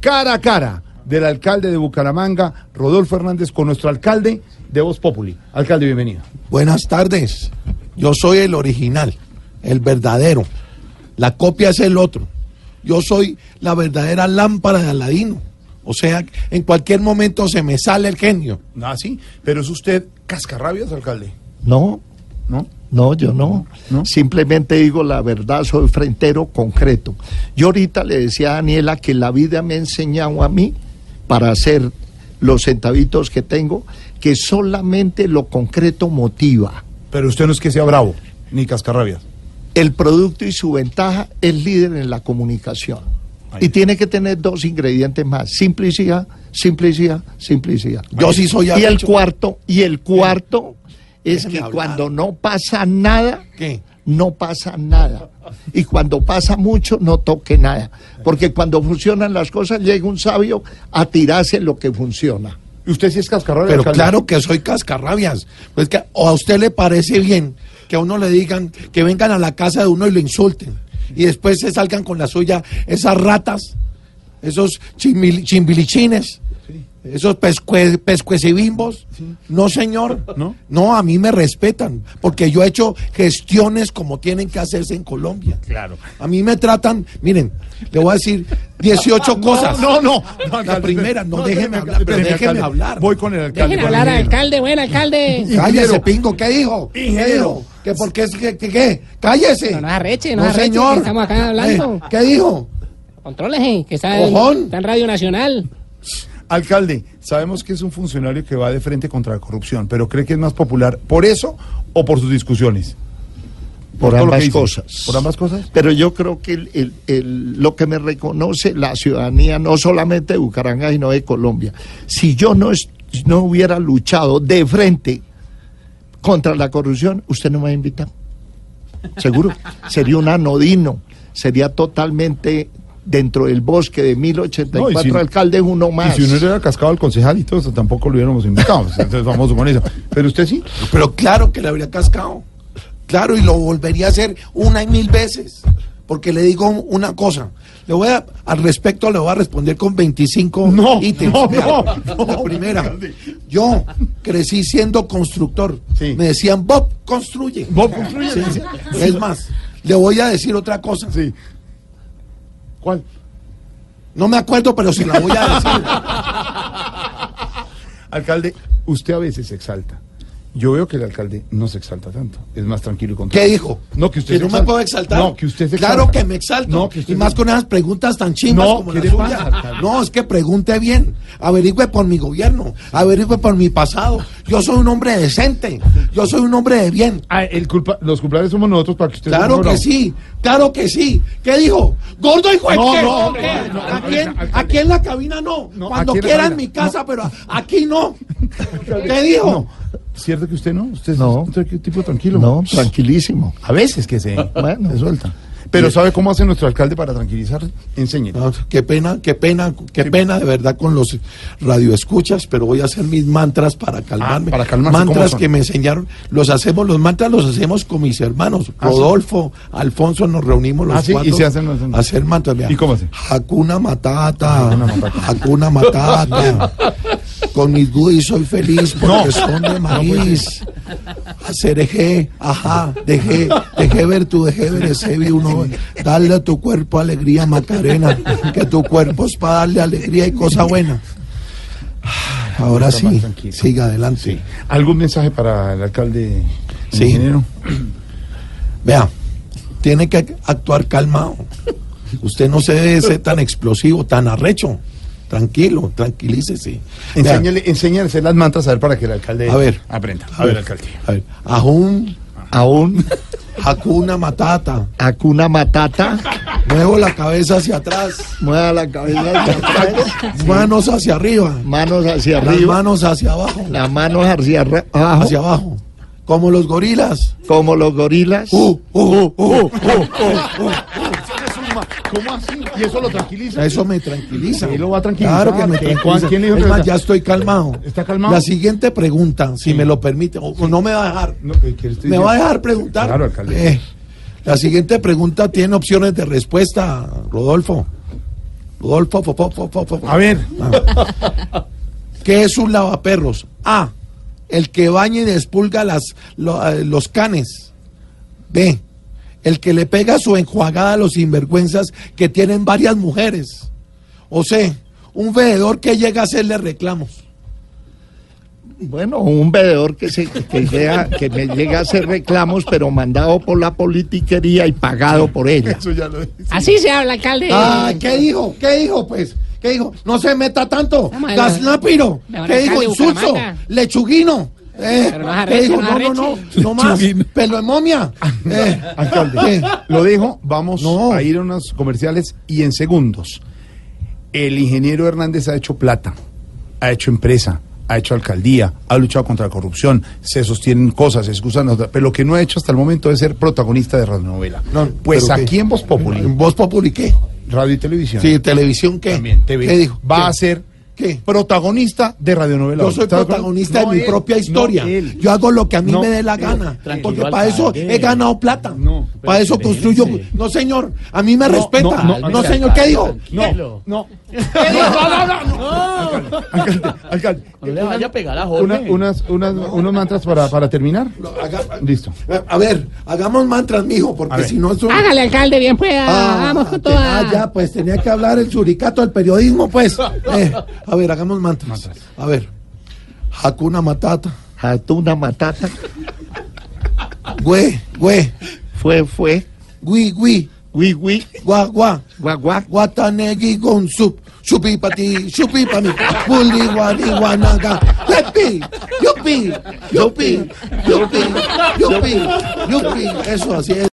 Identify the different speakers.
Speaker 1: Cara a cara del alcalde de Bucaramanga, Rodolfo Hernández, con nuestro alcalde de Voz Populi. Alcalde, bienvenido.
Speaker 2: Buenas tardes. Yo soy el original, el verdadero. La copia es el otro. Yo soy la verdadera lámpara de Aladino. O sea, en cualquier momento se me sale el genio.
Speaker 1: Ah, sí, pero es usted cascarrabias, alcalde.
Speaker 3: No,
Speaker 1: ¿No?
Speaker 3: no, yo no.
Speaker 1: ¿No?
Speaker 3: Simplemente digo la verdad, soy frentero concreto. Yo ahorita le decía a Daniela que la vida me ha enseñado a mí, para hacer los centavitos que tengo, que solamente lo concreto motiva.
Speaker 1: Pero usted no es que sea bravo, ni cascarrabias.
Speaker 3: El producto y su ventaja es líder en la comunicación.
Speaker 1: Ahí.
Speaker 3: Y tiene que tener dos ingredientes más, simplicidad, simplicidad, simplicidad.
Speaker 2: Yo sí soy
Speaker 3: Y el
Speaker 2: arrecho.
Speaker 3: cuarto, y el cuarto es
Speaker 2: Déjeme
Speaker 3: que
Speaker 2: hablar.
Speaker 3: cuando no pasa nada,
Speaker 2: ¿Qué?
Speaker 3: no pasa nada. Y cuando pasa mucho, no toque nada. Porque cuando funcionan las cosas, llega un sabio a tirarse lo que funciona.
Speaker 1: ¿Y usted sí es cascarrabias,
Speaker 2: Pero
Speaker 1: alcalde?
Speaker 2: claro que soy cascarrabias. Pues que o a usted le parece bien que a uno le digan que vengan a la casa de uno y lo insulten. Y después se salgan con la suya esas ratas, esos chimil- chimbilichines, esos pescue, pescuecibimbos. No, señor.
Speaker 1: ¿No?
Speaker 2: a mí me respetan. Porque yo he hecho gestiones como tienen que hacerse en Colombia.
Speaker 1: Claro.
Speaker 2: A mí me tratan, miren, le voy a decir 18 cosas.
Speaker 1: No, no, no,
Speaker 2: La
Speaker 1: alcalde,
Speaker 2: primera, no,
Speaker 1: espéreme,
Speaker 2: déjeme hablar, pero
Speaker 1: espéreme,
Speaker 2: déjeme
Speaker 1: alcalde.
Speaker 2: hablar.
Speaker 1: Voy con el alcalde.
Speaker 4: Dejen
Speaker 1: con el
Speaker 4: hablar al
Speaker 1: ingeniero.
Speaker 4: alcalde, buen alcalde.
Speaker 2: Cállese,
Speaker 1: Ingeniero.
Speaker 2: pingo, ¿qué dijo?
Speaker 1: Ingeniero.
Speaker 2: ¿Qué dijo? ¿Que por qué? es que- que- qué? ¡Cállese!
Speaker 4: No nos arreche, no nos arreche,
Speaker 2: señor.
Speaker 4: que estamos acá hablando.
Speaker 2: Eh, ¿Qué dijo?
Speaker 4: Controles, eh, que está en,
Speaker 2: Cojón.
Speaker 4: está en Radio Nacional.
Speaker 1: Alcalde, sabemos que es un funcionario que va de frente contra la corrupción, pero cree que es más popular por eso o por sus discusiones.
Speaker 3: Por
Speaker 1: todo lo que
Speaker 3: ambas
Speaker 1: dice.
Speaker 3: cosas.
Speaker 1: ¿Por ambas cosas?
Speaker 3: Pero yo creo que el- el- el- lo que me reconoce la ciudadanía, no solamente de Bucaramanga, sino de Colombia, si yo no, es- no hubiera luchado de frente contra la corrupción, usted no me ha invitado. Seguro. Sería un anodino, sería totalmente dentro del bosque de 1084
Speaker 1: No, y si-
Speaker 3: alcaldes, uno más.
Speaker 1: Y si no le hubiera cascado al concejal y todo eso, tampoco lo hubiéramos invitado. Entonces vamos con eso. Pero usted sí.
Speaker 2: Pero claro que le habría cascado. Claro, y lo volvería a hacer una y mil veces. Porque le digo una cosa. Le voy a, al respecto le voy a responder con 25
Speaker 1: No,
Speaker 2: ítems.
Speaker 1: no,
Speaker 2: Vea,
Speaker 1: no,
Speaker 2: La
Speaker 1: no,
Speaker 2: primera.
Speaker 1: alcalde.
Speaker 2: Yo crecí siendo constructor.
Speaker 1: Sí.
Speaker 2: Me decían, Bob, construye.
Speaker 1: Bob, construye.
Speaker 2: Sí, sí. Es más, le voy a decir otra cosa.
Speaker 1: Sí. ¿Cuál?
Speaker 2: No me acuerdo, pero se la voy a decir.
Speaker 1: Alcalde, usted a veces se exalta. Yo veo que el alcalde no se exalta tanto. Es más tranquilo y
Speaker 2: ¿Qué
Speaker 1: controlado.
Speaker 2: dijo?
Speaker 1: No, que usted
Speaker 2: ¿Que
Speaker 1: se
Speaker 2: no me
Speaker 1: exalta.
Speaker 2: puedo exaltar.
Speaker 1: No, que usted se
Speaker 2: Claro
Speaker 1: exalta.
Speaker 2: que me exalto.
Speaker 1: No, que usted
Speaker 2: y
Speaker 1: se-
Speaker 2: más con esas preguntas tan chimbas
Speaker 1: No,
Speaker 2: como
Speaker 1: ¿qué
Speaker 2: la
Speaker 1: le pasa,
Speaker 2: suya.
Speaker 1: alcalde?
Speaker 2: No, es que pregunte bien. Averigüe por mi gobierno. Averigüe por mi pasado. Yo soy un hombre decente. Yo soy un hombre de bien.
Speaker 1: Ah, el culpa... los culpables somos nosotros para que usted. sea
Speaker 2: Claro que
Speaker 1: bravo.
Speaker 2: sí, claro que sí. ¿Qué dijo? Gordo y juez.
Speaker 1: No,
Speaker 2: ¿qué?
Speaker 1: no,
Speaker 2: ¿Qué?
Speaker 1: no, no,
Speaker 2: aquí, en,
Speaker 1: alcalde.
Speaker 2: aquí en la cabina no.
Speaker 1: No,
Speaker 2: Cuando
Speaker 1: aquí en la
Speaker 2: quiera en
Speaker 1: cabina,
Speaker 2: mi casa, pero aquí no. ¿Qué dijo?
Speaker 1: ¿Cierto que usted no? Usted es
Speaker 3: No.
Speaker 1: un tra- tipo tranquilo.
Speaker 3: No, tranquilísimo.
Speaker 1: A veces que se,
Speaker 3: Bueno.
Speaker 1: se suelta. Pero ¿sabe cómo hace nuestro alcalde para tranquilizar? Enséñele.
Speaker 2: Ah, Qué pena, qué pena, qué pena de verdad con los radioescuchas, pero voy a hacer mis mantras para calmarme.
Speaker 1: Ah, para calmarse, ¿cómo
Speaker 2: mantras
Speaker 1: son?
Speaker 2: que me enseñaron, los hacemos, los mantras los hacemos con mis hermanos.
Speaker 1: Ah, sí.
Speaker 2: Rodolfo, Alfonso, nos reunimos los
Speaker 1: Ah, sí, y
Speaker 2: cuatro
Speaker 1: se hacen los-
Speaker 2: a hacer mantras. vea.
Speaker 1: ¿Y cómo hacen?
Speaker 2: Hakuna Matata,
Speaker 1: Hakuna Matata.
Speaker 2: Hakuna Matata. con mis goodies soy feliz porque son de
Speaker 1: pues
Speaker 2: maíz. Hacer eje, ajá, dejé, dejé ver tu, dejé ver ese vi uno, darle a tu cuerpo alegría, Macarena, que tu cuerpo es para darle alegría y cosa buena. Ahora
Speaker 1: Está más
Speaker 2: sí,
Speaker 1: tranquilo.
Speaker 2: siga adelante.
Speaker 1: ¿Algún mensaje para el alcalde
Speaker 2: Sí.
Speaker 1: ingeniero?
Speaker 2: Vea, tiene que actuar calmado. Usted no se debe ser tan explosivo, tan arrecho. Tranquilo, tranquilícese. Vea,
Speaker 1: Enséñale, enséñale a hacer las mantas a ver para que el alcalde
Speaker 2: A ver.
Speaker 1: aprenda. A ver, alcalde.
Speaker 2: A ver, ajún,
Speaker 3: aún
Speaker 2: Hakuna Matata.
Speaker 3: Hakuna Matata,
Speaker 2: Muevo la cabeza hacia atrás.
Speaker 3: mueva la cabeza hacia atrás,
Speaker 2: Manos hacia arriba.
Speaker 3: manos hacia
Speaker 2: Las
Speaker 3: arriba,
Speaker 2: manos hacia abajo.
Speaker 3: las manos hacia arra- abajo,
Speaker 2: Hacia abajo. Como los gorilas.
Speaker 3: como los gorilas.
Speaker 2: Uh, uh, uh, uh, uh.
Speaker 1: ¿Cómo así? ¿Y eso lo tranquiliza?
Speaker 2: Eso me tranquiliza.
Speaker 1: Sí, lo va a tranquilizar.
Speaker 2: Claro que me
Speaker 1: ¿Qué?
Speaker 2: tranquiliza.
Speaker 1: ¿Quién le dijo
Speaker 2: Es
Speaker 1: que
Speaker 2: más,
Speaker 1: está-
Speaker 2: ya estoy calmado.
Speaker 1: ¿Está calmado?
Speaker 2: La siguiente pregunta, si me lo permite, o- o no me va a dejar.
Speaker 1: No, ¿qué- qué le estoy
Speaker 2: ¿Me
Speaker 1: diciendo?
Speaker 2: va a dejar preguntar?
Speaker 1: Claro, alcalde.
Speaker 2: Eh, la siguiente pregunta tiene opciones de respuesta, Rodolfo. Rodolfo, po, po, po, po, po.
Speaker 1: A ver,
Speaker 2: ¿qué es un lavaperros? A. El que baña y despulga las, lo- eh, los canes. B. El que le pega su enjuagada a los sinvergüenzas que tienen varias mujeres. O C. Un veedor que llega a hacerle reclamos.
Speaker 3: Bueno, un vendedor que se que llega- que me llega a hacer reclamos, pero mandado por la politiquería y pagado por ella.
Speaker 1: eso ya lo dije.
Speaker 4: Así se habla, alcalde.
Speaker 2: Ah, ¿qué dijo? ¿Qué dijo, pues? ¿Qué dijo? No se meta tanto.
Speaker 4: No, madre.
Speaker 2: Gasnápiro.
Speaker 4: Me van a
Speaker 2: ¿Qué dijo?
Speaker 4: sacar de
Speaker 2: Insulso.
Speaker 4: Bucaramanga.
Speaker 2: Lechuguino. Eh,
Speaker 4: Pero no es
Speaker 2: ¿Qué
Speaker 4: arrecho,
Speaker 2: dijo?
Speaker 4: no
Speaker 2: No,
Speaker 4: es
Speaker 2: no, no.
Speaker 4: arrecho.
Speaker 2: No más. Pelo de momia. Eh,
Speaker 1: Alcalde,
Speaker 2: eh,
Speaker 1: lo dijo, vamos
Speaker 2: No.
Speaker 1: a ir a unos comerciales y en segundos. El ingeniero Hernández ha hecho plata, ha hecho empresa, ha hecho alcaldía, ha luchado contra la corrupción, se sostienen cosas, se excusan otras, pero lo que no ha hecho hasta el momento es ser protagonista de radionovela.
Speaker 2: No,
Speaker 1: pues
Speaker 2: ¿pero qué?
Speaker 1: aquí en Voz Populi,
Speaker 2: ¿En Voz Populi qué?
Speaker 1: radio y televisión,
Speaker 2: Sí, televisión qué.
Speaker 1: también TV,
Speaker 2: ¿Qué dijo?
Speaker 1: va a
Speaker 2: ¿Qué?
Speaker 1: ser
Speaker 2: ¿Qué?
Speaker 1: protagonista de radionovela.
Speaker 2: Yo soy
Speaker 1: ¿Está de acuerdo?
Speaker 2: protagonista
Speaker 1: No
Speaker 2: de mi
Speaker 1: él,
Speaker 2: propia
Speaker 1: no
Speaker 2: historia.
Speaker 1: él.
Speaker 2: Yo hago lo que a mí
Speaker 1: No,
Speaker 2: me dé la
Speaker 1: él.
Speaker 2: gana.
Speaker 5: Tranquilo,
Speaker 2: Porque para eso
Speaker 5: alcalde.
Speaker 2: he ganado plata.
Speaker 1: No, pero
Speaker 2: para eso construyo.
Speaker 5: espérese.
Speaker 2: No, señor. A mí me respeta. No,
Speaker 1: no, no,
Speaker 2: señor. ¿Qué dijo?
Speaker 5: No,
Speaker 1: No. Alcalde, alcalde.
Speaker 5: No le vaya a pegar a Jorge.
Speaker 1: Una- unas, unas, unos mantras para, para terminar.
Speaker 2: haga-
Speaker 1: Listo.
Speaker 2: A ver, hagamos mantras, mijo, porque
Speaker 1: ver.
Speaker 2: si no es un.
Speaker 4: Hágale, alcalde, bien pueda.
Speaker 2: Ah,
Speaker 4: Vamos con
Speaker 2: ten-
Speaker 4: toda.
Speaker 2: ah, ya, pues tenía que hablar el suricato del periodismo, pues. Eh, a ver, hagamos mantras. A ver. Hakuna Matata.
Speaker 3: Hatuna Matata,
Speaker 2: Güey, güey.
Speaker 3: fue, fue,
Speaker 2: Gui, gui.
Speaker 3: wi, wi,
Speaker 2: Guá, guá.
Speaker 3: guá, guá.
Speaker 2: Guatanegui Gonzup, Chupi pa' ti, chupi pa' mí, Buli guani guanaga, Yepi, yupi, yupi, yupi, yupi, yupi, eso así es.